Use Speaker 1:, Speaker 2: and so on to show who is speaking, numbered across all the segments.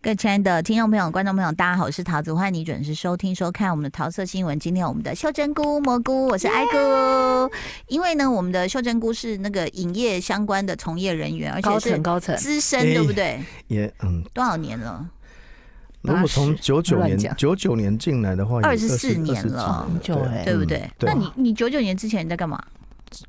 Speaker 1: 各位亲爱的听众朋友、观众朋友，大家好，我是桃子，欢迎你准时收听、收看我们的桃色新闻。今天有我们的秀珍菇、蘑菇，我是爱菇。因为呢，我们的秀珍菇是那个影业相关的从业人员，而
Speaker 2: 高
Speaker 1: 且
Speaker 2: 层
Speaker 1: 是
Speaker 2: 高层，
Speaker 1: 资深，
Speaker 3: 哎
Speaker 1: 对不对？
Speaker 3: 也嗯，
Speaker 1: 多少年了？
Speaker 3: 如果从九九
Speaker 2: 乱
Speaker 3: 年
Speaker 2: 讲
Speaker 3: 九九年进来的话，也
Speaker 1: 24
Speaker 3: 20
Speaker 1: 年
Speaker 3: 20
Speaker 1: 了
Speaker 3: 几年
Speaker 2: 久哎
Speaker 1: 对不对？
Speaker 3: 嗯
Speaker 1: 那你你九九年之前你在干嘛？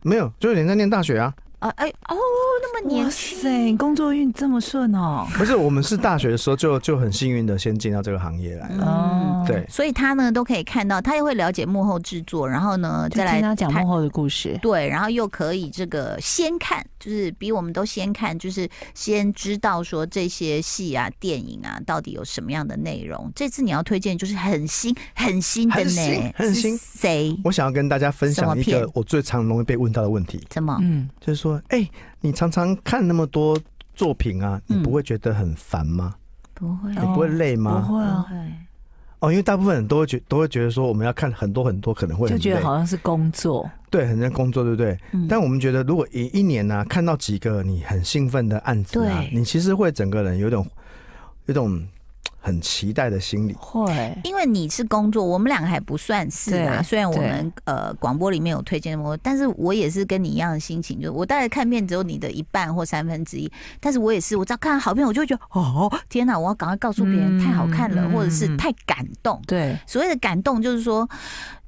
Speaker 3: 没有九九年在念大学啊？
Speaker 1: 啊哎哦，那么
Speaker 2: 哇
Speaker 1: 年
Speaker 2: 塞，工作运这么顺哦。
Speaker 3: 不是，我们是大学的时候就就很幸运的先进到这个行业来了。
Speaker 1: 嗯，
Speaker 2: 哦，
Speaker 3: 对，
Speaker 1: 所以他呢都可以看到，他也会了解幕后制作，然后呢
Speaker 2: 就
Speaker 1: 再来
Speaker 2: 听他讲
Speaker 1: 谈
Speaker 2: 幕后的故事。
Speaker 1: 对，然后又可以这个先看，就是比我们都先看，就是先知道说这些戏啊、电影啊到底有什么样的内容。这次你要推荐就是很新、很新的
Speaker 3: 很
Speaker 1: 呢
Speaker 3: 新，很
Speaker 1: 是
Speaker 3: 新
Speaker 1: 谁？
Speaker 3: 我想要跟大家分
Speaker 1: 什
Speaker 3: 享
Speaker 1: 么
Speaker 3: 一
Speaker 1: 片
Speaker 3: 个我最常容易被问到的问题，
Speaker 1: 怎么？
Speaker 2: 嗯，
Speaker 3: 就是说，哎、你常常看那么多作品啊，你
Speaker 1: 嗯
Speaker 3: 不会觉得很烦吗？
Speaker 1: 不会
Speaker 3: 你
Speaker 2: 哦
Speaker 3: 不会累
Speaker 2: 不
Speaker 3: 吗？
Speaker 2: 会
Speaker 1: 不
Speaker 2: 啊，
Speaker 1: 会，
Speaker 3: 哦，因为大部分人都会觉都会觉得说，我们要看很多很多，可能会
Speaker 2: 就
Speaker 3: 很
Speaker 2: 觉得
Speaker 3: 累，
Speaker 2: 好像是工作。
Speaker 3: 对，很像工作，对不对？
Speaker 1: 嗯
Speaker 3: 但我们觉得，如果一一年呢、看到几个你很兴奋的案子啊
Speaker 1: 对，
Speaker 3: 你其实会整个人有种有种很期待的心理。
Speaker 2: 会，
Speaker 1: 因为你是工作，我们两个还不算是啊。
Speaker 2: 对
Speaker 1: 虽然我们呃广播里面有推荐过，但是我也是跟你一样的心情，就是我大概看片只有你的一半或三分之一，但是我也是，我只要看到好片，我就会觉得哦天哪，我要赶快告诉别人、
Speaker 2: 嗯
Speaker 1: 太好看了，
Speaker 2: 嗯
Speaker 1: 或者是太感动。
Speaker 2: 对，
Speaker 1: 所谓的感动，就是说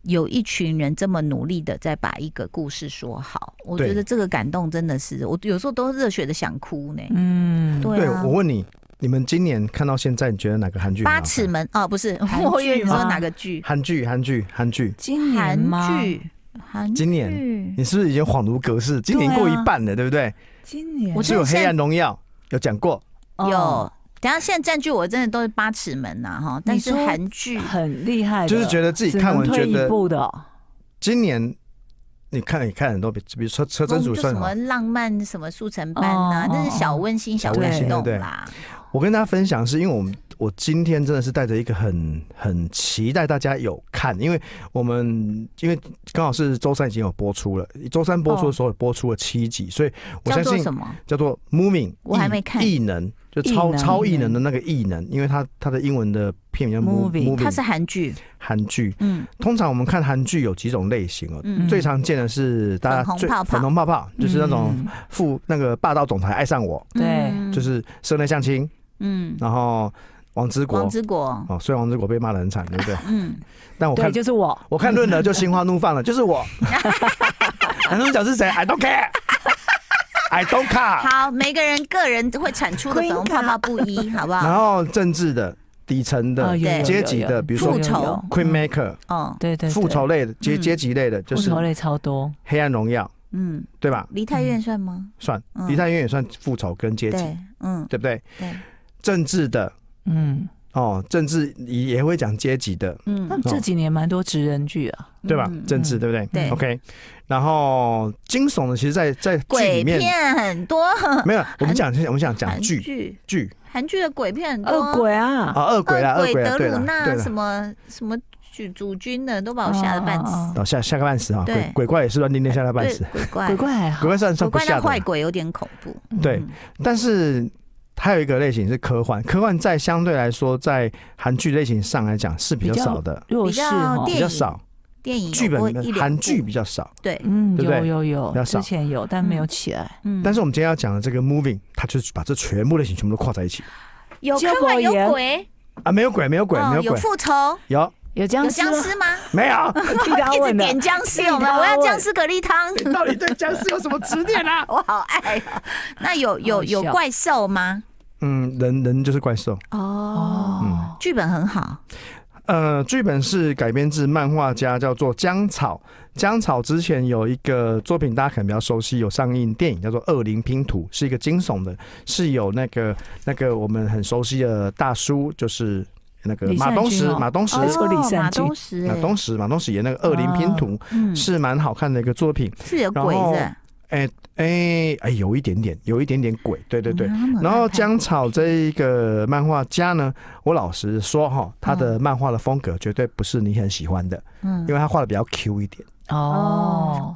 Speaker 1: 有一群人这么努力的在把一个故事说好，我
Speaker 3: 对
Speaker 1: 觉得这个感动真的是我有时候都热血的想哭呢。
Speaker 2: 嗯，
Speaker 1: 对啊
Speaker 3: 我，问你，你们今年看到现在，你觉得哪个韩剧很好
Speaker 1: 八
Speaker 3: 看？
Speaker 1: 尺门哦，不是，
Speaker 2: 韩剧
Speaker 1: 我以为你说
Speaker 2: 吗
Speaker 1: 哪个剧？
Speaker 3: 韩剧，韩剧，韩剧，
Speaker 2: 今
Speaker 1: 韩
Speaker 2: 年吗？
Speaker 1: 剧，韩
Speaker 3: 今年
Speaker 1: 年
Speaker 3: 你是不是已经恍如隔世？今年
Speaker 2: 对啊
Speaker 3: 过一半了，对不对？
Speaker 2: 今年
Speaker 1: 我
Speaker 3: 只
Speaker 1: 觉得
Speaker 3: 有《
Speaker 1: 现
Speaker 3: 黑
Speaker 1: 在
Speaker 3: 暗荣耀》有讲过，
Speaker 2: 哦
Speaker 1: 有。等一下，现在占据我真的都是八尺门呐、哈，但是
Speaker 2: 你说
Speaker 1: 韩剧
Speaker 2: 很厉害的，
Speaker 3: 就是觉得自己
Speaker 2: 只
Speaker 3: 看
Speaker 2: 能
Speaker 3: 完觉
Speaker 2: 退一
Speaker 3: 得
Speaker 2: 步的哦，
Speaker 3: 今年你看你看很多，比比如说《车车真
Speaker 1: 就
Speaker 3: 主算哦
Speaker 1: 什
Speaker 3: 好
Speaker 1: 么浪漫什么速成班呐、
Speaker 2: 哦
Speaker 1: 那
Speaker 2: 哦
Speaker 1: 是小温馨、小
Speaker 3: 小温
Speaker 1: 感
Speaker 2: 馨
Speaker 1: 动
Speaker 3: 对
Speaker 1: 啦。
Speaker 3: 我跟大家分享，是因为我们我今天真的是带着一个很很期待大家有看，因为我们因为刚好是周三已经有播出了，周三播出的时候也播出了七集，所以我
Speaker 1: 哦叫
Speaker 3: 相
Speaker 1: 做
Speaker 3: 信
Speaker 1: 什么？
Speaker 3: 叫做 Moving，
Speaker 1: 我还没看
Speaker 3: 异能就
Speaker 2: 异
Speaker 3: 超
Speaker 2: 能
Speaker 3: 超异能的那个异能，因为它它的英文的片名叫
Speaker 2: Moving，
Speaker 1: 它
Speaker 3: Moving，
Speaker 1: 是韩剧，
Speaker 3: 韩剧。
Speaker 1: 嗯
Speaker 3: 通常我们看韩剧有几种类型哦，
Speaker 1: 嗯，
Speaker 3: 最常见的是大
Speaker 1: 粉红
Speaker 3: 家最
Speaker 1: 泡泡
Speaker 3: 粉红泡泡，就是那种
Speaker 2: 嗯
Speaker 3: 富那个霸道总裁爱上我，
Speaker 2: 对
Speaker 1: 嗯
Speaker 3: 就是室内相亲，
Speaker 1: 嗯，
Speaker 3: 然后王之国
Speaker 1: 王，之国，
Speaker 3: 哦，虽然王之国被骂的很惨，对 不对？
Speaker 1: 嗯，
Speaker 3: 但我
Speaker 2: 对，
Speaker 3: 看
Speaker 2: 就是我，
Speaker 3: 我看论了就心花怒放了，就 是我。男主角是谁？I don't care。I don't care。
Speaker 1: 好，每个人个人会产出的
Speaker 2: Queen
Speaker 1: 粉
Speaker 2: 啊
Speaker 1: 红泡泡不一，好不
Speaker 3: 然
Speaker 1: 好？
Speaker 3: 后政治的、底层
Speaker 2: 啊
Speaker 1: 哎
Speaker 3: 的、
Speaker 2: 有有有
Speaker 3: 阶级
Speaker 2: 有嗯
Speaker 3: 的，比如说
Speaker 1: 复仇
Speaker 3: Queen Maker、
Speaker 1: 哦，
Speaker 2: 对对，对
Speaker 3: 复仇类的、阶
Speaker 1: 嗯
Speaker 3: 阶级类的，就
Speaker 2: 复
Speaker 3: 是
Speaker 2: 仇
Speaker 3: 《
Speaker 2: 类超多，
Speaker 3: 黑暗荣耀》，
Speaker 1: 嗯，
Speaker 3: 对吧？
Speaker 1: 梨泰院算吗？
Speaker 3: 算
Speaker 1: 嗯
Speaker 3: 《离太远》也算复仇跟阶级，
Speaker 1: 对，嗯，
Speaker 3: 对不对？
Speaker 1: 对，
Speaker 3: 政治的
Speaker 2: 嗯，
Speaker 3: 哦，政治也也会讲阶级的，
Speaker 2: 那
Speaker 1: 嗯，
Speaker 2: 这几年蛮多职人剧啊，
Speaker 3: 对吧
Speaker 1: 嗯？
Speaker 3: 政治对不对？
Speaker 1: 对
Speaker 3: OK，然后惊悚的，其实在，在剧
Speaker 1: 鬼
Speaker 3: 里面
Speaker 1: 片很多，
Speaker 3: 没有，我们讲我们想讲
Speaker 1: 韩
Speaker 3: 剧
Speaker 1: 剧，啊
Speaker 3: 剧
Speaker 1: 韩剧的鬼片很多，
Speaker 2: 恶鬼啊，
Speaker 3: 啊，恶鬼啦，恶
Speaker 1: 恶
Speaker 3: 鬼
Speaker 1: 鬼
Speaker 3: 啦，
Speaker 1: 德
Speaker 3: 对
Speaker 1: 鲁
Speaker 3: 了对
Speaker 1: 纳什
Speaker 3: 了。
Speaker 1: 么什么主主君的，都把我吓得半死。
Speaker 2: 啊啊啊
Speaker 3: 哦，下下个半死啊，
Speaker 1: 对
Speaker 3: 鬼鬼怪也是乱叮叮下个半
Speaker 1: 对
Speaker 3: 死，，
Speaker 1: 鬼怪，
Speaker 2: 鬼怪还好
Speaker 3: 鬼，怪算
Speaker 1: 鬼
Speaker 3: 算不
Speaker 1: 怪
Speaker 3: 下
Speaker 1: 那
Speaker 3: 的
Speaker 1: 坏
Speaker 3: 啦，
Speaker 1: 鬼有点恐怖。
Speaker 3: 对
Speaker 1: 嗯。
Speaker 3: 但是还有一个类型是科幻，科幻在相对来说在韩剧类型上来讲是比较
Speaker 2: 比较
Speaker 3: 少的，
Speaker 2: 弱势
Speaker 1: 比较
Speaker 2: 哦，
Speaker 1: 电
Speaker 3: 比较少，
Speaker 1: 电影有
Speaker 3: 剧
Speaker 1: 过
Speaker 3: 本
Speaker 1: 一两
Speaker 3: 韩
Speaker 1: 部
Speaker 3: 剧比较少。
Speaker 1: 对，
Speaker 2: 嗯，
Speaker 3: 对不对
Speaker 2: 有有
Speaker 3: 比
Speaker 2: 有，
Speaker 3: 较少
Speaker 2: 之前有，但没有起来，
Speaker 1: 嗯
Speaker 3: 但是我们今天要讲的这个 Moving，它就是把这全部类型全部都跨在一起
Speaker 1: 有
Speaker 2: 就
Speaker 1: 科幻
Speaker 2: 我
Speaker 1: 有
Speaker 2: 演
Speaker 1: 鬼，
Speaker 3: 啊，没有鬼，没有鬼，
Speaker 1: 哦
Speaker 3: 没
Speaker 1: 有
Speaker 3: 鬼，
Speaker 1: 复仇，
Speaker 3: 有
Speaker 2: 有僵
Speaker 1: 有
Speaker 2: 尸
Speaker 1: 僵
Speaker 2: 吗，
Speaker 1: 尸吗？
Speaker 3: 没有？
Speaker 2: 替他
Speaker 1: 一直
Speaker 2: 问的，
Speaker 1: 点僵尸，
Speaker 2: 替他
Speaker 1: 有没有？我要
Speaker 2: 问
Speaker 1: 僵尸蛤蜊汤，
Speaker 3: 你到底对僵尸有什么执念啊？
Speaker 1: 我好爱哦。那有有
Speaker 2: 好
Speaker 1: 有
Speaker 2: 笑
Speaker 1: 怪兽吗？
Speaker 3: 嗯，人人就是怪兽。
Speaker 1: 哦，
Speaker 2: 哦，
Speaker 1: 剧本很好，
Speaker 3: 呃，剧本是改编自漫画家叫做江草。江草之前有一个作品，大家可能比较熟悉，有上映电影叫做《恶灵拼图》，是一个惊悚的，是有那个那个我们很熟悉的大叔，就是那个
Speaker 2: 李
Speaker 3: 马
Speaker 2: 善
Speaker 3: 东
Speaker 2: 均
Speaker 3: 石，
Speaker 2: 哦
Speaker 3: 马东石，
Speaker 2: 哦说李
Speaker 1: 哦
Speaker 2: 善
Speaker 1: 马
Speaker 2: 均
Speaker 1: 东石
Speaker 3: 马
Speaker 1: 欸，
Speaker 3: 东石，马东石演那个《恶灵拼图》
Speaker 2: 哦
Speaker 1: 嗯
Speaker 3: 是蛮好看的一个作品。
Speaker 1: 是有
Speaker 3: 然
Speaker 1: 鬼
Speaker 3: 后
Speaker 1: 的，
Speaker 3: 哎、哎，有一点点，有一点点鬼，对对对。
Speaker 1: 嗯，
Speaker 3: 然后
Speaker 1: 将。
Speaker 3: 江草这一个漫画家呢，我老实说哈，他的
Speaker 2: 嗯
Speaker 3: 漫画的风格绝对不是你很喜欢的，
Speaker 1: 嗯
Speaker 3: 因为他画的比较 Q 一点。
Speaker 2: 哦，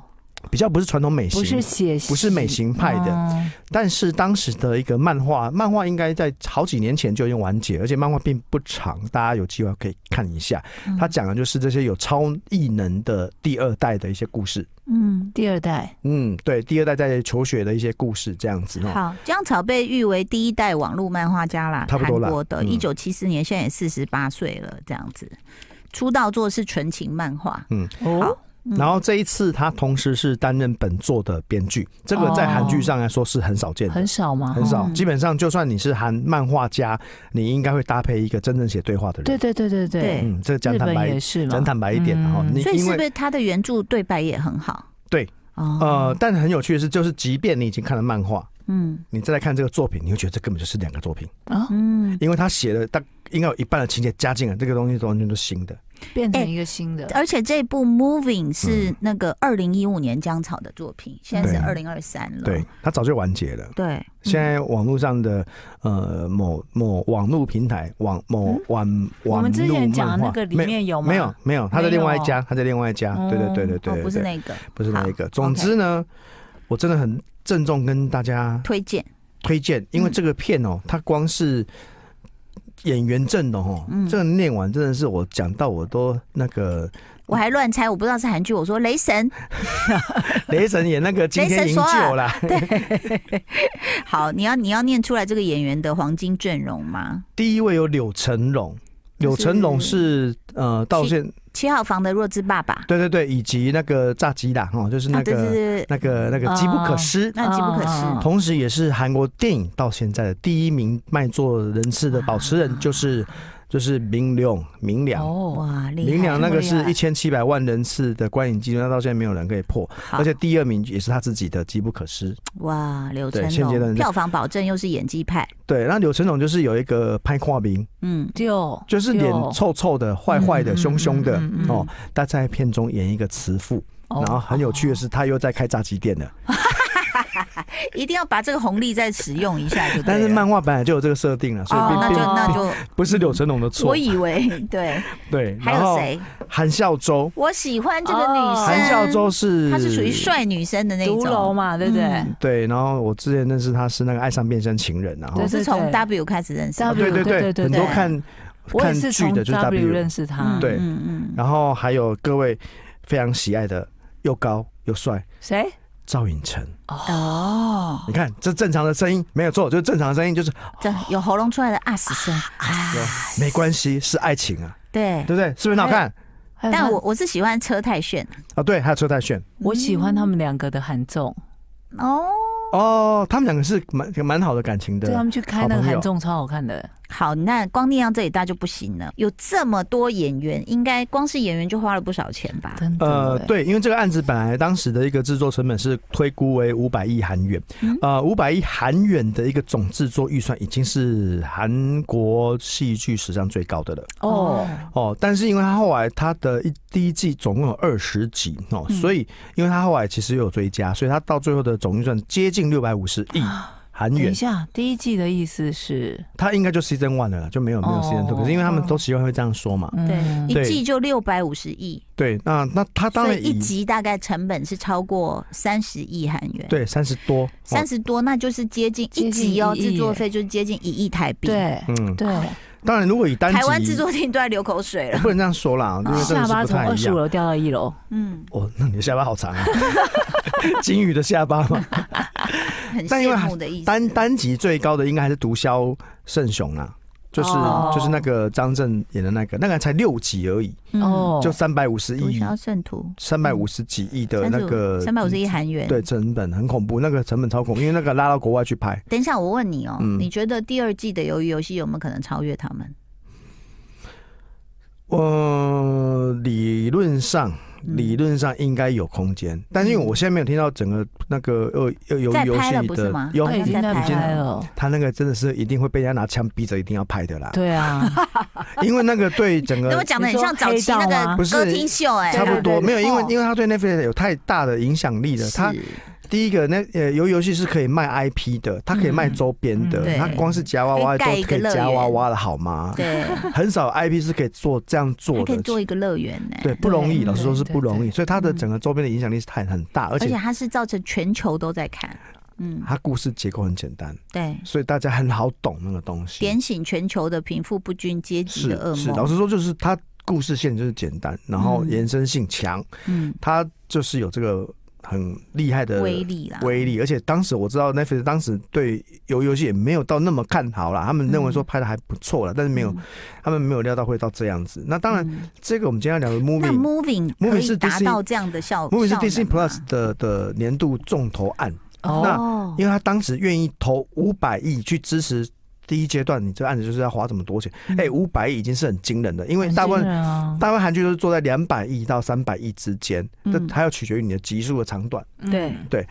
Speaker 3: 比较不是传统美型，
Speaker 2: 不是写
Speaker 3: 不是美型派的
Speaker 2: 哦
Speaker 3: 但是当时的一个漫画，漫画应该在好几年前就已经完结，而且漫画并不长，大家有机会可以看一下。
Speaker 2: 嗯
Speaker 3: 它讲的就是这些有超异能的第二代的一些故事。
Speaker 1: 嗯，
Speaker 2: 第二代，
Speaker 3: 嗯，对，第二代在求学的一些故事这样子哦。
Speaker 1: 好，江草被誉为第一代网络漫画家啦，
Speaker 3: 差不多啦
Speaker 1: 韩国的，
Speaker 3: 嗯
Speaker 1: 一九七四年，现在也四十八岁了，这样子。出道作是纯情漫画，
Speaker 2: 哦，
Speaker 3: 嗯然后这一次他同时是担任本作的编剧，这个在韩剧上来说是很少见的。
Speaker 2: 很少吗？
Speaker 3: 很少，
Speaker 1: 嗯
Speaker 3: 基本上就算你是韩漫画家，你应该会搭配一个真正写对话的人。
Speaker 2: 对对对对对，
Speaker 1: 对
Speaker 3: 嗯，这个讲
Speaker 2: 日
Speaker 3: 坦
Speaker 2: 本
Speaker 3: 白
Speaker 2: 也，是嘛
Speaker 3: 讲，坦白一点，然后
Speaker 2: 嗯
Speaker 3: 你
Speaker 1: 所以
Speaker 3: 因
Speaker 1: 是
Speaker 3: 为
Speaker 1: 不是他的原著对白也很好？
Speaker 3: 对，
Speaker 1: 哦，
Speaker 3: 呃，但很有趣的是，就是即便你已经看了漫画，
Speaker 1: 嗯
Speaker 3: 你再来看这个作品，你会觉得这根本就是两个作品，
Speaker 2: 啊，
Speaker 1: 嗯，
Speaker 3: 因为他写的大应该有一半的情节加进来，这个东西完全都是新的。
Speaker 2: 变成一个新的，
Speaker 1: 而且这部《Moving》是那个二零一五年江草的作品，现在是二
Speaker 3: 对
Speaker 1: 零二三
Speaker 2: 嗯
Speaker 1: 了，
Speaker 3: 对，他早就完结了。
Speaker 1: 对，嗯
Speaker 3: 现在网络上的呃某某网络平台网某网
Speaker 2: 嗯我
Speaker 3: 网
Speaker 2: 们之
Speaker 3: 络
Speaker 2: 前
Speaker 3: 漫
Speaker 2: 讲的那
Speaker 3: 画
Speaker 2: 个里
Speaker 3: 没
Speaker 2: 面有吗？
Speaker 3: 没有没有，他在
Speaker 2: 没有
Speaker 3: 另外一
Speaker 2: 哦
Speaker 3: 家，他在另外一家，对对对对对
Speaker 1: 哦，
Speaker 3: 对，
Speaker 1: 不是
Speaker 3: 对
Speaker 1: 那个，
Speaker 3: 不是那一个。
Speaker 1: 好
Speaker 3: 总之呢，我真的很郑重跟大家
Speaker 1: 推荐，
Speaker 3: 推荐，因为
Speaker 1: 嗯
Speaker 3: 这个片哦，它光是演员阵容哦，
Speaker 1: 嗯
Speaker 3: 这个念完真的是我讲到我都那个
Speaker 1: 我还乱猜，我不知道是韩剧，我说雷神，
Speaker 3: 雷神演那个今天
Speaker 1: 雷神啊索
Speaker 3: 营
Speaker 1: 尔
Speaker 3: 救啦，
Speaker 1: 好，你要你要念出来这个演员的黄金阵容吗？
Speaker 3: 第一位有柳成龙，柳成龙是呃道歉，
Speaker 1: 七号房的弱智爸爸，
Speaker 3: 对对对，以及那个炸鸡啦哦，就是那
Speaker 1: 啊，对对
Speaker 3: 个
Speaker 1: 对，对
Speaker 3: 那个那个哦
Speaker 2: 哦
Speaker 3: 机不可失。
Speaker 1: 那机不可失
Speaker 2: 嗯嗯嗯
Speaker 3: 同时，也是韩国电影到现在的第一名卖座人次
Speaker 1: 啊
Speaker 3: 的保持人，就是就是明良明良，
Speaker 2: 哦，
Speaker 1: 哇，厉害，
Speaker 3: 明良那个
Speaker 2: 这
Speaker 3: 是
Speaker 2: 么厉害
Speaker 3: 一千七百万人次的观影记录，那到现在没有人可以破，
Speaker 1: 好
Speaker 3: 而且第二名也是他自己的机不可失。
Speaker 1: 哇，柳成
Speaker 3: 对现阶
Speaker 1: 龙
Speaker 3: 段是
Speaker 1: 票房保证又是演技派，
Speaker 3: 对，那柳成龙就是有一个拍跨名，
Speaker 1: 嗯，
Speaker 2: 六
Speaker 3: 就是脸
Speaker 2: 六
Speaker 3: 臭臭的、坏坏的、
Speaker 2: 嗯
Speaker 3: 凶凶的
Speaker 2: 嗯嗯嗯
Speaker 3: 哦，他在片中演一个慈父，
Speaker 2: 哦
Speaker 3: 然后很有趣的是，他又在开炸鸡店了。
Speaker 1: 哦一定要把这个红利再使用一下就对了，
Speaker 3: 但是漫画本来就有这个设定了，所以
Speaker 1: 哦，那
Speaker 3: 并
Speaker 1: 就
Speaker 3: 并
Speaker 1: 那就，
Speaker 3: 不是柳成龙的错
Speaker 1: 我。以为 对，
Speaker 3: 对，
Speaker 1: 还
Speaker 3: 然
Speaker 1: 有
Speaker 3: 后
Speaker 1: 谁？
Speaker 3: 韩孝周，
Speaker 1: 我喜欢这个女生，
Speaker 2: 哦
Speaker 3: 韩孝周是
Speaker 1: 她是属于帅女生的那
Speaker 2: 独楼
Speaker 1: 种，
Speaker 2: 嘛，对不对
Speaker 1: 嗯？
Speaker 3: 对，然后我之前认识他是那个爱上变身情人，然后
Speaker 1: 我
Speaker 2: 对
Speaker 1: 是从 W 开始认识的，
Speaker 2: W
Speaker 3: 对
Speaker 2: 啊对对对
Speaker 3: 很多
Speaker 1: 对
Speaker 3: 看
Speaker 2: 我也
Speaker 3: 看
Speaker 2: 是
Speaker 3: 剧
Speaker 2: 从
Speaker 3: 的就是
Speaker 2: W
Speaker 3: W
Speaker 2: 认识他
Speaker 1: 嗯，
Speaker 3: 对
Speaker 1: 嗯嗯，
Speaker 3: 然后还有各位非常喜爱的又高又帅
Speaker 2: 谁？
Speaker 3: 赵寅成，
Speaker 1: 哦，
Speaker 3: 你看这正常的声音没有错，就是正常的声音，就是
Speaker 1: 这有喉咙出来的啊死声，
Speaker 2: 哎
Speaker 3: 有没关系，是爱情啊，
Speaker 1: 对，
Speaker 3: 对不对？是不是很好
Speaker 2: 哎
Speaker 3: 看
Speaker 2: 还有他
Speaker 1: 但我我是喜欢车太炫
Speaker 3: 啊？对，还有车太炫
Speaker 2: 我喜欢他们两个的韩综，
Speaker 1: 哦。
Speaker 3: 哦，他们两个是蛮蛮好的感情
Speaker 2: 对他
Speaker 3: 的，
Speaker 2: 们去开那个
Speaker 3: 好朋友
Speaker 2: 韩综超好看的，
Speaker 1: 好，那光念到这里大家就不行了。有这么多演员，应该光是演员就花了不少钱吧？
Speaker 2: 真的。
Speaker 3: 呃，
Speaker 2: 欸，
Speaker 3: 对，因为这个案子本来当时的一个制作成本是推估为五百亿韩元，
Speaker 1: 嗯
Speaker 3: 呃，五百亿韩元的一个总制作预算已经是韩国戏剧史上最高的了。
Speaker 2: 哦，
Speaker 3: 哦，但是因为他后来他的一第一季总共有二十集哦，
Speaker 2: 嗯
Speaker 3: 所以因为他后来其实又有追加，所以他到最后的总预算接近六百五十亿
Speaker 2: 啊
Speaker 3: 韩
Speaker 2: 等
Speaker 3: 元
Speaker 2: 一，下，第一季的意思是，
Speaker 3: 他应该就 season one 了啦，就没有没有 season two，、
Speaker 2: 哦
Speaker 3: 可是因为他们都习惯会这样说嘛，
Speaker 2: 嗯
Speaker 1: 对，
Speaker 3: 对
Speaker 1: 一季就六百五十亿，
Speaker 3: 对，那那他当
Speaker 1: 所
Speaker 3: 然
Speaker 1: 以一
Speaker 3: 以
Speaker 1: 集大概成本是超过三十亿韩元。
Speaker 3: 对三十多，
Speaker 1: 三
Speaker 3: 哦、
Speaker 1: 十多，那就是接近
Speaker 2: 接近
Speaker 1: 一集哦，
Speaker 2: 一亿
Speaker 1: 制作费就接近一亿台币。，
Speaker 2: 对
Speaker 3: 嗯，
Speaker 2: 对，
Speaker 3: 当然如果以单集，
Speaker 1: 台湾制作厅都在流口水
Speaker 3: 我
Speaker 1: 了。
Speaker 3: 不能这样说啦，因为真
Speaker 2: 啊下
Speaker 3: 的是
Speaker 2: 巴
Speaker 3: 不
Speaker 2: 从
Speaker 3: 太
Speaker 2: 二
Speaker 3: 一
Speaker 2: 十五
Speaker 3: 样。
Speaker 2: 楼掉到一楼，
Speaker 1: 嗯，
Speaker 3: 哦，那你的下巴好长啊， 金鱼的下巴嘛。
Speaker 1: 很
Speaker 3: 但因为
Speaker 1: 羡慕的意思。
Speaker 3: 单单集最高的应该还是毒枭圣雄啊，就是、
Speaker 1: 哦
Speaker 3: 就是那个张震演的那个，那个才六集而已，
Speaker 1: 嗯
Speaker 2: 哦，
Speaker 3: 就三百五十
Speaker 1: 毒
Speaker 3: 亿、
Speaker 1: 枭圣徒
Speaker 3: 三百五十几亿的那个嗯
Speaker 1: 三百五十亿韩元。
Speaker 3: 对，成本很恐怖，那个成本超恐怖，因为那个拉到国外去拍，
Speaker 1: 等一下我问你哦，
Speaker 3: 嗯
Speaker 1: 你觉得第二季的《鱿鱼游戏》有没有可能超越他们？
Speaker 3: 呃，理论上。
Speaker 1: 嗯
Speaker 3: 理论上应该有空间，但是因为我现在没有听到整个那个呃呃游
Speaker 1: 在
Speaker 3: 游
Speaker 1: 拍了
Speaker 3: 戏
Speaker 1: 不是
Speaker 3: 的
Speaker 1: 吗
Speaker 3: 有
Speaker 2: 他已经在
Speaker 1: 已经
Speaker 2: 拍哦了，
Speaker 3: 他那个真的是一定会被人家拿枪逼着一定要拍的啦，
Speaker 2: 对 啊，
Speaker 3: 因为那个对整个
Speaker 1: 那我讲的很像早期那
Speaker 2: 你说黑道
Speaker 1: 个
Speaker 2: 吗
Speaker 1: 歌厅秀，哎，
Speaker 3: 呃差不
Speaker 2: 对
Speaker 3: 多
Speaker 2: 对对
Speaker 3: 没有，因为
Speaker 1: 哦
Speaker 3: 因为他对 Netflix 有太大的影响力了，他
Speaker 1: 是
Speaker 3: 第一个，那呃，游游戏是可以卖 IP 的，它可以卖周边
Speaker 2: 嗯
Speaker 3: 的，
Speaker 1: 对
Speaker 3: 它光是夹娃娃都
Speaker 1: 可以盖一
Speaker 3: 可
Speaker 1: 个
Speaker 3: 以
Speaker 1: 乐园
Speaker 3: 夹娃娃了，好吗？
Speaker 1: 对，哎
Speaker 3: 很少 IP 是可以做这样做
Speaker 1: 还可以
Speaker 3: 的，
Speaker 1: 做一个乐园呢。
Speaker 3: 对，不容易，
Speaker 2: 对
Speaker 3: 老实说是
Speaker 2: 对
Speaker 3: 不容易，
Speaker 2: 对
Speaker 3: 所以它的整个周边的影响力是很很大，而
Speaker 1: 而且
Speaker 3: 且
Speaker 1: 它是造成全球都在看，嗯，
Speaker 3: 它故事结构很简单，
Speaker 1: 对，
Speaker 3: 所以大家很好懂那个东西。
Speaker 1: 点醒全球的贫富不均阶级
Speaker 3: 是
Speaker 1: 的噩
Speaker 3: 是，老
Speaker 1: 梦。
Speaker 3: 实说就是它故事线就是简单，然后
Speaker 1: 嗯
Speaker 3: 延伸性强，
Speaker 1: 嗯，
Speaker 3: 它就是有这个很厉害的
Speaker 1: 威力啦，
Speaker 3: 威力，而且当时我知道 Netflix 当时对游游戏也没有到那么看好啦，他们认为说拍的还不错了，但是没有，
Speaker 1: 嗯
Speaker 3: 他们没有料到会到这样子。那当然，
Speaker 1: 嗯
Speaker 3: 这个我们今天要聊的
Speaker 1: 那
Speaker 3: Movie。
Speaker 1: Moving
Speaker 3: Moving
Speaker 1: 可以
Speaker 3: 是
Speaker 1: 达
Speaker 3: Disney-
Speaker 1: 到这样的效
Speaker 3: Movie 是
Speaker 1: 效能
Speaker 3: Disney
Speaker 1: 吗
Speaker 3: Plus 的的年度重投案，那
Speaker 2: 哦，
Speaker 3: 因为他当时愿意投五百亿去支持第一阶段，你这个案子就是要花这么多钱。哎，五百亿已经是很惊人的，因为大部分
Speaker 2: 分
Speaker 3: 大部分韩剧都是做在两百亿到三百亿之间，这
Speaker 1: 嗯
Speaker 3: 还要取决于你的集数的长短。
Speaker 1: 对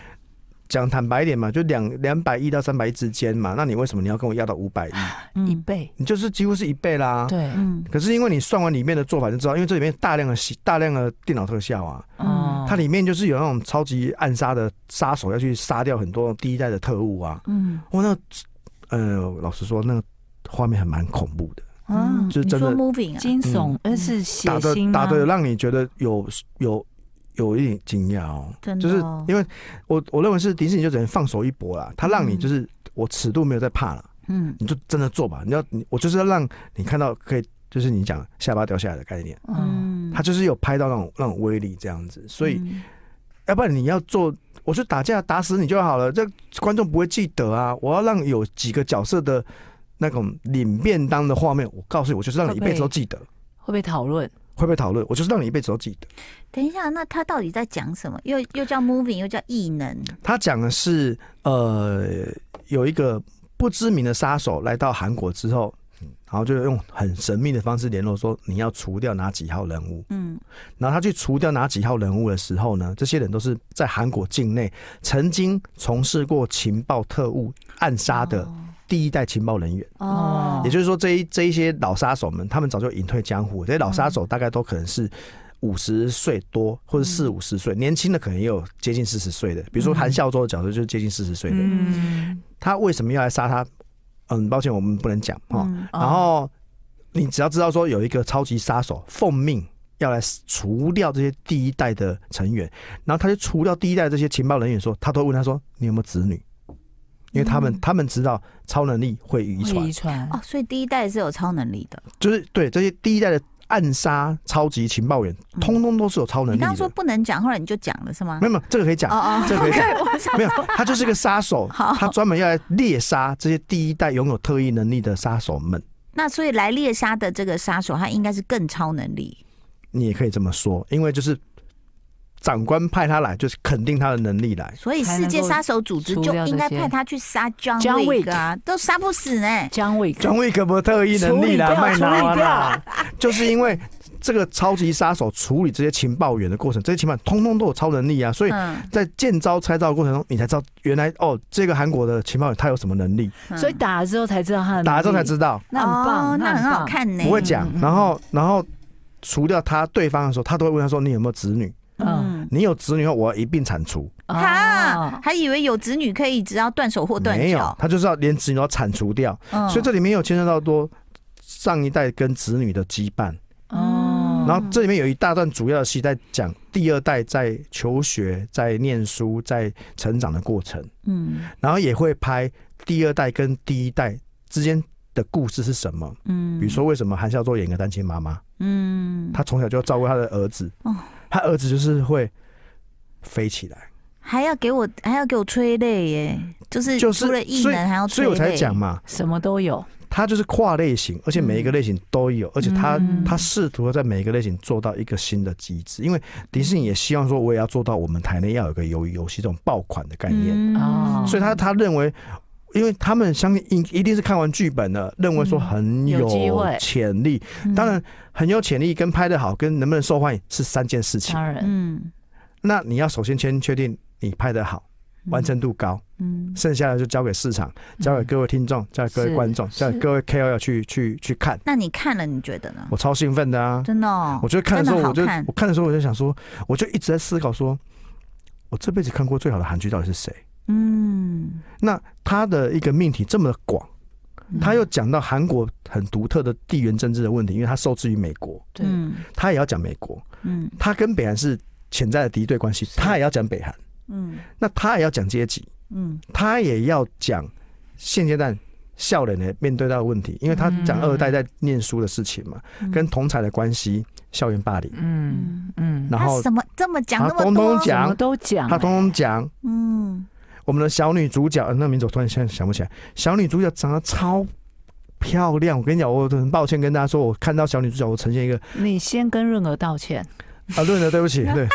Speaker 3: 讲坦白一点嘛，就两两百亿到三百亿之间嘛，那你为什么你要跟我要到五百亿？
Speaker 2: 一倍，
Speaker 3: 你就是几乎是一倍啦。。
Speaker 2: 啊对，
Speaker 1: 嗯，
Speaker 3: 可是因为你算完里面的做法就知道，因为这里面大量的戏大量的电脑特效啊，
Speaker 2: 哦
Speaker 3: 它里面就是有那种超级暗杀的杀手要去杀掉很多第一代的特务啊。
Speaker 1: 嗯
Speaker 3: 哇，那呃，老实说，那个画面还蛮恐怖的，
Speaker 1: 嗯，
Speaker 2: 嗯，
Speaker 3: 就
Speaker 1: 你
Speaker 3: 真
Speaker 1: 说
Speaker 3: 的
Speaker 1: Moving 啊，
Speaker 2: 惊悚
Speaker 3: 嗯，
Speaker 2: 呃，是血
Speaker 3: 打的
Speaker 2: 腥嗯
Speaker 3: 打
Speaker 2: 吗？
Speaker 3: 的让你觉得有有有一点惊讶哦。
Speaker 1: 真的
Speaker 3: 就是
Speaker 1: 哦
Speaker 3: 因为我我认为是迪士尼就只能放手一搏啦，它让你就是我尺度没有在怕了，
Speaker 1: 嗯
Speaker 3: 你就真的做吧。你要你我就是要让你看到可以，就是你讲下巴掉下来的概念，
Speaker 2: 嗯，
Speaker 3: 它就是有拍到那种那种威力这样子。所以
Speaker 1: 嗯
Speaker 3: 要不然你要做，我就打架打死你就好了，这观众不会记得啊。我要让有几个角色的那种领便当的画面，我告诉你，我就是让你一辈子都记得。
Speaker 2: 会被讨论，
Speaker 3: 会不会讨论？我就是让你一辈子都记得。
Speaker 1: 等一下，那他到底在讲什么？又又叫 Moving，又叫异能，
Speaker 3: 他讲的是，呃，有一个不知名的杀手来到韩国之后，嗯然后就用很神秘的方式联络说你要除掉哪几号人物。
Speaker 1: 嗯
Speaker 3: 然后他去除掉哪几号人物的时候呢，这些人都是在韩国境内曾经从事过情报特务暗杀的第一代情报人员。
Speaker 1: 哦，
Speaker 3: 也就是说，这一这一些老杀手们，他们早就隐退江湖。这些老杀手大概都可能是五十岁多，
Speaker 1: 嗯
Speaker 3: 或者四五十岁，年轻的可能也有接近四十岁的。比如说韩孝周的角色就是接近四十岁的，
Speaker 2: 嗯，
Speaker 3: 他为什么要来杀他？嗯，抱歉，我们不能讲哈。
Speaker 1: 嗯
Speaker 3: 然后你只要知道说有一个超级杀手奉命要来除掉这些第一代的成员，然后他就除掉第一代这些情报人员说，他都会问他说你有没有子女？因为他们、
Speaker 1: 嗯
Speaker 3: 他们知道超能力会遗传
Speaker 2: 遗，传，
Speaker 1: 哦，所以第一代是有超能力的。
Speaker 3: 就是对这些第一代的暗杀超级情报员，
Speaker 1: 嗯
Speaker 3: 通通都是有超
Speaker 1: 你
Speaker 3: 能力的。
Speaker 1: 刚刚说不能讲，后来你就讲了是吗
Speaker 3: 没？有没有，这个可以
Speaker 1: 哦
Speaker 3: 讲，
Speaker 1: 哦，
Speaker 3: 这个可以讲。
Speaker 1: 我想
Speaker 3: 没有，他就是个杀手，
Speaker 1: 好
Speaker 3: 他专门要来猎杀这些第一代拥有特异能力的杀手们。
Speaker 1: 那所以来猎杀的这个杀手，他应该是更超能力。
Speaker 3: 你也可以这么说，因为就是长官派他来，就是肯定他的能力来。
Speaker 1: 所以世界杀手组织就应该派他去杀 John
Speaker 2: John
Speaker 1: Wick 啊，都杀不死呢、
Speaker 2: 姜伟
Speaker 3: 专卫可不特异能力啦，
Speaker 2: 处
Speaker 3: 卖
Speaker 2: 理掉
Speaker 3: 拿
Speaker 2: 处理
Speaker 3: 啦
Speaker 2: 掉，
Speaker 3: 就是因为这个超级杀手处理这些情报员的过程，这些情报通通都有超能力啊，所以
Speaker 1: 嗯，
Speaker 3: 在见招拆招的过程中，你才知道原来哦，这个韩国的情报员他有什么能力，
Speaker 1: 嗯
Speaker 2: 所以打了之后才知道他的，
Speaker 3: 打了之后才，知道，
Speaker 2: 那很棒，
Speaker 1: 哦，那很好
Speaker 2: 棒，
Speaker 1: 看呢、
Speaker 3: 不会讲
Speaker 2: 嗯嗯。嗯
Speaker 3: 然后，然后除掉他对方的时候，他都会问他说：“你有没有子女？
Speaker 1: 嗯，
Speaker 3: 你有子女后，我要一并铲除。”
Speaker 1: 哈
Speaker 2: 啊，，
Speaker 1: 还以为有子女可以只要断手或断
Speaker 3: 没有
Speaker 1: 脚，，
Speaker 3: 他就是要连子女都要铲除掉。
Speaker 1: 嗯
Speaker 3: 所以这里面有牵涉到多上一代跟子女的羁绊，
Speaker 1: 嗯
Speaker 2: 哦，
Speaker 3: 然后这里面有一大段主要的戏在讲第二代在求学、在念书、在成长的过程，
Speaker 1: 嗯
Speaker 3: 然后也会拍第二代跟第一代之间的故事是什么。
Speaker 1: 嗯，
Speaker 3: 比如说，为什么韩孝周演一个单亲妈妈，
Speaker 1: 嗯，
Speaker 3: 她从小就要照顾她的儿子
Speaker 1: 哦，
Speaker 3: 她儿子就是会飞起来，
Speaker 1: 还要给我还要给我催泪耶，就是
Speaker 3: 就是
Speaker 1: 除了异
Speaker 3: 所以
Speaker 1: 能还要
Speaker 3: 所
Speaker 1: 催
Speaker 3: 以
Speaker 1: 泪，
Speaker 3: 我才讲嘛，
Speaker 2: 什么都有，
Speaker 3: 她就是跨类型，而且每一个类型都有，而且她
Speaker 2: 嗯
Speaker 3: 他试图要在每一个类型做到一个新的机制，因为迪士尼也希望说，我也要做到我们台内要有一个鱿鱼游戏这种爆款的概念，
Speaker 1: 嗯
Speaker 2: 哦
Speaker 3: 所以他他认为。因为他们相信一一定是看完剧本的，认为说很
Speaker 2: 嗯有机会嗯
Speaker 3: 潜力。当然，很有潜力跟拍的好跟能不能受欢迎是三件事情。
Speaker 2: 当然，
Speaker 1: 嗯，
Speaker 3: 那你要首先先确定你拍的好，完成度高，
Speaker 1: 嗯，
Speaker 3: 剩下的就交给市场，交给各位听众，交给各
Speaker 2: 嗯
Speaker 3: 位
Speaker 2: 是
Speaker 3: 观众，交给
Speaker 2: 是
Speaker 3: 各位 KOL 去去去看。
Speaker 1: 那你看了你觉得呢？
Speaker 3: 我超兴奋的啊！
Speaker 1: 真的、哦，
Speaker 3: 我就看的时候，我就
Speaker 1: 真的好看
Speaker 3: 我看的时候，我就想说，我就一直在思考说，我这辈子看过最好的韩剧到底是谁？
Speaker 1: 嗯，
Speaker 3: 那他的一个命题这么的广，他又讲到韩国很独特的地缘政治的问题，因为他受制于美国，
Speaker 2: 对，
Speaker 1: 嗯
Speaker 3: 他也要讲美国，
Speaker 1: 嗯
Speaker 3: 他跟北韩是潜在的敌对关系，他也要讲北韩，
Speaker 1: 嗯
Speaker 3: 那他也要讲阶级，
Speaker 1: 嗯
Speaker 3: 他也要讲现阶段笑脸的面对到的问题，因为他讲二代在念书的事情嘛，
Speaker 1: 嗯
Speaker 3: 跟同才的关系、校园霸凌，
Speaker 2: 嗯嗯，
Speaker 3: 然后
Speaker 1: 他什么这么讲
Speaker 3: 他
Speaker 1: 那么
Speaker 3: 通
Speaker 1: 多
Speaker 3: 通？讲
Speaker 2: 什么都讲，
Speaker 3: 他通通讲。
Speaker 1: 嗯，
Speaker 3: 我们的小女主角，呃、那名字我突然现在想不起来。小女主角长得超漂亮，我跟你讲，我很抱歉跟大家说，我看到小女主角，我 呈现一个
Speaker 2: 你先跟润儿道歉，
Speaker 3: 啊，对的，对不起， 对，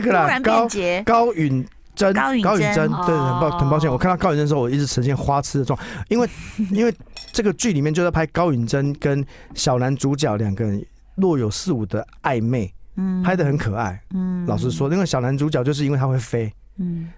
Speaker 1: 突
Speaker 3: 个啦，
Speaker 1: 然变
Speaker 3: 高
Speaker 1: 节，
Speaker 3: 高允贞，
Speaker 1: 高允贞
Speaker 3: 高允贞，
Speaker 2: 哦
Speaker 3: 对，很抱很抱歉，我看到高允贞的时候，我一直呈现花痴的状，因为因为这个剧里面就在拍高允贞跟小男主角两个人若有似无的暧昧，
Speaker 1: 嗯
Speaker 3: 拍的很可爱。
Speaker 1: 嗯
Speaker 3: 老实，说，因为小男主角就是因为他会飞，
Speaker 1: 嗯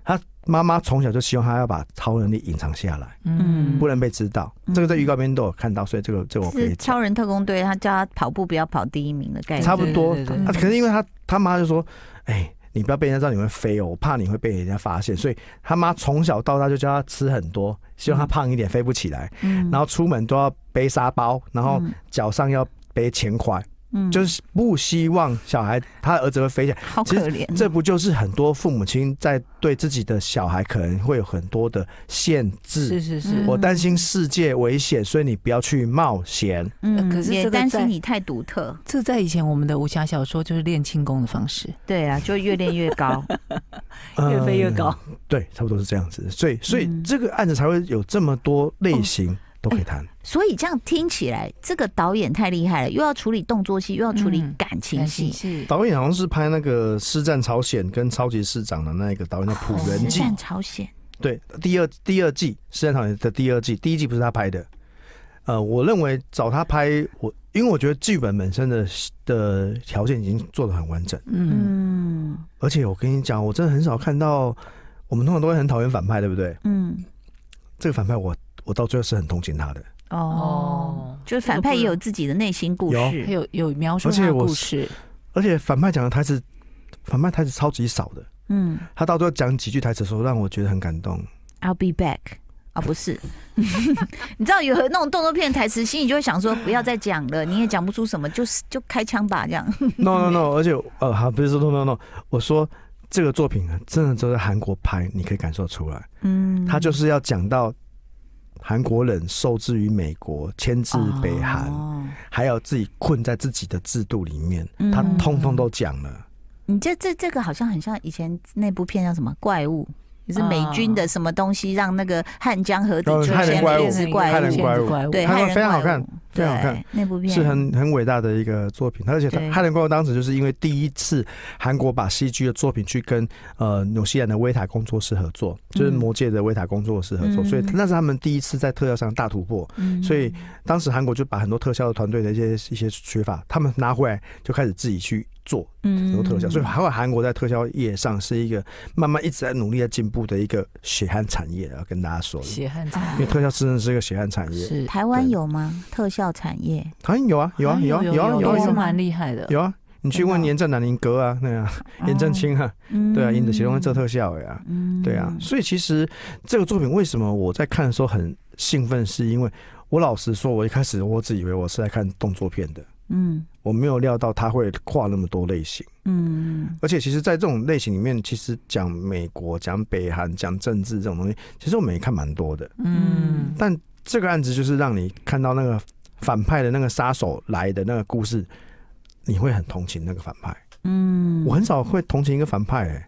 Speaker 3: 妈妈从小就希望他要把超能力隐藏下来。
Speaker 1: 嗯
Speaker 3: 不能被知道。这个在预告片都有看到，所以这个这个我可以
Speaker 1: 是
Speaker 3: 讲
Speaker 1: 超人特工队，他叫他跑步不要跑第一名的概念，
Speaker 3: 差不多。
Speaker 2: 对对
Speaker 1: 对
Speaker 3: 啊可是因为他他妈就说：“哎，你不要被人家知道你会飞哦，我怕你会被人家发现。”所以他妈从小到大就叫他吃很多，希望他胖一点，飞不起来。
Speaker 1: 嗯，
Speaker 3: 然后出门都要背沙包，然后脚上要背钱块，
Speaker 1: 嗯
Speaker 3: 就是不希望小孩他儿子会飞起来。
Speaker 1: 好
Speaker 3: 其实
Speaker 1: 可怜，啊
Speaker 3: 这不就是很多父母亲在对自己的小孩可能会有很多的限
Speaker 2: 是
Speaker 3: 制？
Speaker 2: 是是，
Speaker 3: 我担心世界危险，所以你不要去冒险。
Speaker 1: 嗯，
Speaker 2: 可是
Speaker 1: 也
Speaker 2: 这个
Speaker 1: 担
Speaker 2: 在
Speaker 1: 心你太独特，
Speaker 2: 这在以前我们的武侠小说就是练轻功的方式，
Speaker 1: 对啊，就越练越高，
Speaker 3: 呃
Speaker 2: 越飞越高。
Speaker 3: 对，差不多是这样子。所以，所以
Speaker 1: 嗯
Speaker 3: 这个案子才会有这么多类型都可以谈。
Speaker 1: 所以这样听起来，这个导演太厉害了，又要处理动作戏，又要处理
Speaker 2: 嗯
Speaker 1: 感情戏，
Speaker 2: 是
Speaker 3: 导演好像是拍那个《师战朝鲜》跟《超级市长》的那个导演叫朴
Speaker 2: 人
Speaker 3: 仁
Speaker 1: 实
Speaker 3: 纪，
Speaker 1: 哦战朝鲜，
Speaker 3: 对，第二第二季《师战朝鲜》的第二季，第一季不是他拍的。呃，我认为找他拍，我因为我觉得剧本本身的的条件已经做得很完整，
Speaker 2: 嗯
Speaker 1: 嗯
Speaker 3: 而且我跟你讲，我真的很少看到，我们通常都会很讨厌反派，对不对？
Speaker 1: 嗯，
Speaker 3: 这个反派我我到最后是很同情他的，
Speaker 1: 哦，
Speaker 2: 哦，
Speaker 1: 就是反派也有自己的内心故
Speaker 3: 有
Speaker 2: 还
Speaker 1: 事，
Speaker 2: 有有描述
Speaker 3: 而且
Speaker 2: 他的
Speaker 3: 我
Speaker 2: 故事，
Speaker 3: 而且反派讲的台词，反派台词超级少的。
Speaker 1: 嗯
Speaker 3: 他到最后讲几句台词的时候，让我觉得很感动。
Speaker 1: ，I'll be back。啊、不是， 你知道有那种动作片的台词，心里就会想说不要再讲了，你也讲不出什么，就是就开枪吧这样。
Speaker 3: No No No，而且呃，好，不是说 No No No，我说这个作品啊真的都在韩国拍，你可以感受出来，
Speaker 1: 嗯，
Speaker 3: 他就是要讲到韩国人受制于美国，牵制北韩，
Speaker 1: 哦
Speaker 3: 还有自己困在自己的制度里面，
Speaker 1: 嗯
Speaker 3: 他通通都讲了。
Speaker 1: 你这这这个好像很像以前那部片叫什么怪物，就是美军
Speaker 2: 啊
Speaker 1: 的什么东西让那个汉江河底
Speaker 3: 哦
Speaker 1: 出
Speaker 3: 汉人
Speaker 1: 现
Speaker 3: 怪
Speaker 1: 了
Speaker 3: 物
Speaker 1: 一只怪
Speaker 3: 汉人
Speaker 1: 物，
Speaker 3: 怪物
Speaker 2: 怪物，
Speaker 1: 对，
Speaker 3: 汉人
Speaker 1: 汉人
Speaker 3: 怪物非常
Speaker 1: 怪
Speaker 3: 好看
Speaker 1: 物，
Speaker 3: 非常好看
Speaker 1: 对，那部片
Speaker 3: 是很很伟大的一个作品，而且他
Speaker 1: 对
Speaker 3: 《哈伦怪物》当时就是因为第一次韩国把戏剧的作品去跟呃纽西兰的威塔工作室合作，就是
Speaker 1: 嗯
Speaker 3: 魔界的威塔工作室合作，
Speaker 1: 嗯
Speaker 3: 所以那是他们第一次在特效上大突破。
Speaker 1: 嗯
Speaker 3: 所以当时韩国就把很多特效的团队的一些一些学法，他们拿回来就开始自己去做
Speaker 1: 嗯
Speaker 3: 很多特效，所以还有韩国在特效业上是一个慢慢一直在努力在进步的一个血汗产业，要跟大家说的。
Speaker 2: 血汗惨
Speaker 1: 啊
Speaker 3: 因为特效真的是一个血汗产业，
Speaker 2: 是
Speaker 1: 台湾
Speaker 3: 对
Speaker 1: 有吗？特效产业
Speaker 3: 好像有啊有啊
Speaker 2: 嗯
Speaker 3: 有啊有啊有啊有
Speaker 2: 是
Speaker 3: 啊
Speaker 2: 蛮厉害的，
Speaker 3: 有啊，你去问
Speaker 1: 真的哦
Speaker 3: 严正南、林哥啊，那样严正，清啊，
Speaker 1: 哦
Speaker 3: 对啊，尹德协同做，特效呀、啊，
Speaker 1: 嗯
Speaker 3: 对啊，所以其实这个作品为什么我在看的时候很兴奋，是因为我老实说，我一开始我只以为我是在看动作片的，
Speaker 1: 嗯
Speaker 3: 我没有料到它会跨那么多类型，
Speaker 1: 嗯
Speaker 3: 而且其实，在这种类型里面，其实讲美国、讲北韩、讲政治这种东西，其实我们也看蛮多的，
Speaker 2: 嗯，
Speaker 3: 但这个案子就是让你看到那个反派的那个杀手来的那个故事，你会很同情那个反派。
Speaker 1: 嗯
Speaker 3: 我很少会同情一个反派、欸，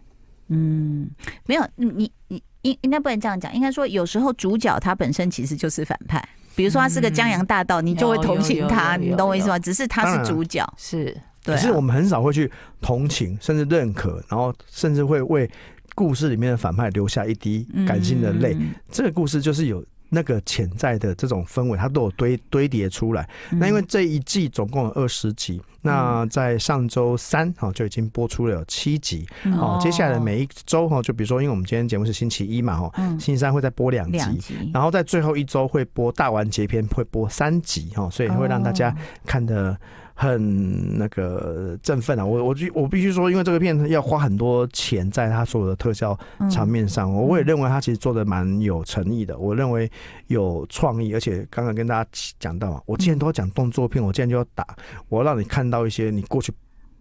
Speaker 1: 嗯，没有，你你你应应该不能这样讲，应该说有时候主角他本身其实就是反派，比如说他是个江洋大盗，你就会同情他，
Speaker 2: 嗯有有有
Speaker 1: 你懂我意思吗？只是他
Speaker 3: 当
Speaker 1: 是
Speaker 3: 然
Speaker 1: 主角，
Speaker 2: 是
Speaker 1: 对、
Speaker 3: 可是我
Speaker 1: 啊，
Speaker 3: 们很少会去同情，甚至认可，然后甚至会为故事里面的反派留下一滴感性的泪。
Speaker 1: 嗯
Speaker 3: 这个故事就是有那个潜在的这种氛围，它都有堆堆叠出来。
Speaker 1: 嗯
Speaker 3: 那因为这一季总共有二十集，那在上周三哈、哦、就已经播出了有七集
Speaker 1: 嗯
Speaker 3: 哦。接下来的每一周哈、哦，就比如说，因为我们今天节目是星期一嘛哈、哦，
Speaker 1: 嗯
Speaker 3: 星期三会再播两集。
Speaker 1: 两集，
Speaker 3: 然后在最后一周会播大完结篇，会播三集哈、哦，所以会让大家
Speaker 1: 哦
Speaker 3: 看的很那个振奋啊！我我必我必须说，因为这个片要花很多钱在它所有的特效
Speaker 1: 嗯
Speaker 3: 场面上，我也认为它其实做的蛮有诚意的，我认为有创意，而且刚刚跟大家讲到嘛，我既然都要讲动作片，我既然就要打，我要让你看到一些你过去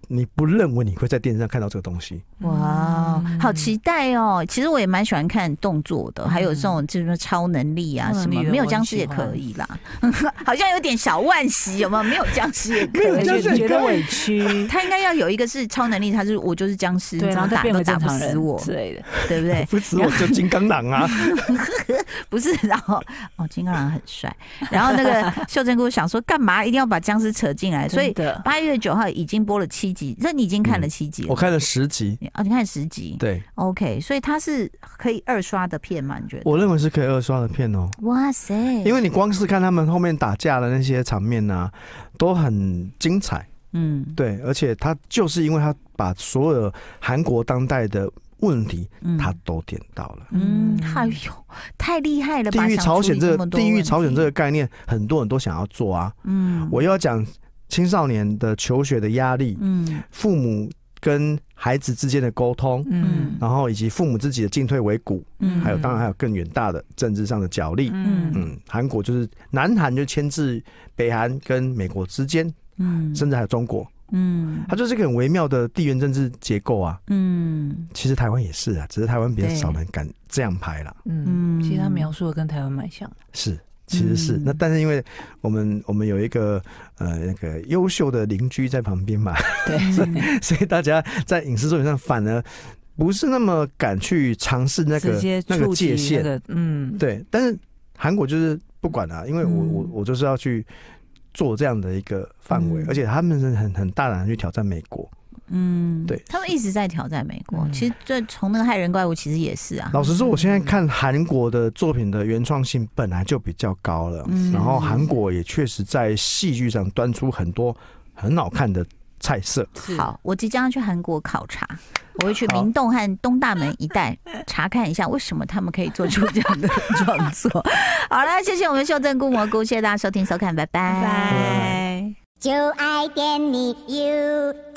Speaker 3: 你不认为你会在电视上看到这个东西。
Speaker 1: 哇，好
Speaker 2: 嗯
Speaker 1: 期待哦！其实我也蛮喜欢看动作的，还有这种这种超能力啊
Speaker 2: 超能
Speaker 1: 什
Speaker 2: 力
Speaker 1: 么，
Speaker 2: 的
Speaker 1: 没有
Speaker 2: 嗯我很
Speaker 1: 僵尸
Speaker 2: 喜
Speaker 1: 也可
Speaker 2: 欢
Speaker 1: 以啦， 好像有点小惋惜，有没有？没有僵尸也可
Speaker 3: 没有
Speaker 1: 以，
Speaker 3: 僵。
Speaker 2: 觉
Speaker 3: 尸
Speaker 2: 得觉得
Speaker 3: 可
Speaker 2: 委 屈
Speaker 1: 他应该要有一个是超能力，他是我就是僵尸，
Speaker 2: 对，
Speaker 1: 你怎
Speaker 2: 然
Speaker 1: 么
Speaker 2: 后
Speaker 1: 嗯打
Speaker 2: 再变
Speaker 1: 都
Speaker 2: 回
Speaker 1: 打
Speaker 2: 正
Speaker 1: 不
Speaker 2: 常
Speaker 1: 死
Speaker 2: 人
Speaker 1: 我，
Speaker 2: 之类的。
Speaker 1: 对不对？
Speaker 3: 不是我就金刚狼 啊！
Speaker 1: 不是，然后哦，金刚狼很帅，然后那 个秀珍姑想说，干嘛一定要把僵尸扯进来？所以
Speaker 2: 真的
Speaker 1: 八月九号已经播了七集，这你已经看了七集了
Speaker 3: 我看了十集，
Speaker 1: 啊？你看十集
Speaker 3: 对
Speaker 1: ，OK，所以它是可以二刷的片嘛？你觉得？
Speaker 3: 我认为是可以二刷的片哦、
Speaker 1: 哇塞！
Speaker 3: 因为你光是看他们后面打架的那些场面啊，都很精彩。
Speaker 1: 嗯
Speaker 3: 对，而且他就是因为他把所有韩国当代的问题，
Speaker 1: 嗯
Speaker 3: 他都点到了。
Speaker 1: 嗯
Speaker 2: 嗯，
Speaker 1: 哎呦，太厉害了吧！
Speaker 3: 地狱
Speaker 1: 想
Speaker 3: 朝
Speaker 1: 处
Speaker 3: 鲜
Speaker 1: 理
Speaker 3: 这
Speaker 1: 么
Speaker 3: 个
Speaker 1: 多
Speaker 3: 地狱
Speaker 1: 问
Speaker 3: 朝鲜
Speaker 1: 题
Speaker 3: 这个，概念，很多人都想要做啊。
Speaker 1: 嗯，
Speaker 3: 我又要讲青少年的求学的压力，
Speaker 1: 嗯
Speaker 3: 父母跟孩子之间的沟通，
Speaker 1: 嗯
Speaker 2: 嗯
Speaker 3: 然后以及父母自己的进退维谷，
Speaker 1: 嗯，
Speaker 3: 还有当然还有更远大的政治上的角力。
Speaker 1: 嗯
Speaker 2: 嗯，
Speaker 3: 嗯，韩国就是南韩就牵制北韩跟美国之间，
Speaker 1: 嗯
Speaker 3: 甚至还有中国，
Speaker 1: 嗯
Speaker 3: 它就是一个很微妙的地缘政治结构啊。
Speaker 1: 嗯
Speaker 3: 其实台湾也是啊，只是台湾比较
Speaker 1: 对
Speaker 3: 少人敢这样拍啦。
Speaker 2: 嗯，其实他
Speaker 1: 嗯
Speaker 2: 描述的跟台湾蛮像的，
Speaker 3: 是，其实是、
Speaker 1: 嗯
Speaker 3: 那，但是因为我们我们有一个呃那个优秀的邻居在旁边嘛，
Speaker 2: 对，
Speaker 3: 所以大家在影视作品上反而不是那么敢去尝试那
Speaker 2: 直
Speaker 3: 个
Speaker 2: 接
Speaker 3: 那个
Speaker 2: 触及
Speaker 3: 界限。
Speaker 2: 那个，嗯，
Speaker 3: 对，但是韩国就是不管了、因为我我
Speaker 1: 嗯
Speaker 3: 我就是要去做这样的一个范围，
Speaker 1: 嗯
Speaker 3: 而且他们是很很大胆的去挑战美国。
Speaker 1: 嗯，
Speaker 3: 对
Speaker 1: 他们一直在挑战美国。
Speaker 2: 嗯
Speaker 1: 其实这从那个害人怪物其实也是啊，
Speaker 3: 老实说，我现在看韩国的作品的原创性本来就比较高了，
Speaker 1: 嗯
Speaker 3: 然后韩国也确实在戏剧上端出很多很好看的菜色。
Speaker 2: 是，
Speaker 1: 好，我即将要去韩国考察，我会去
Speaker 3: 好
Speaker 1: 明洞和东大门一带查看一下，为什么他们可以做出这样的 创作。好了，谢谢我们秀珍菇蘑菇，谢谢大家收听收看，拜拜
Speaker 2: 拜。
Speaker 4: 就爱点你 UFO。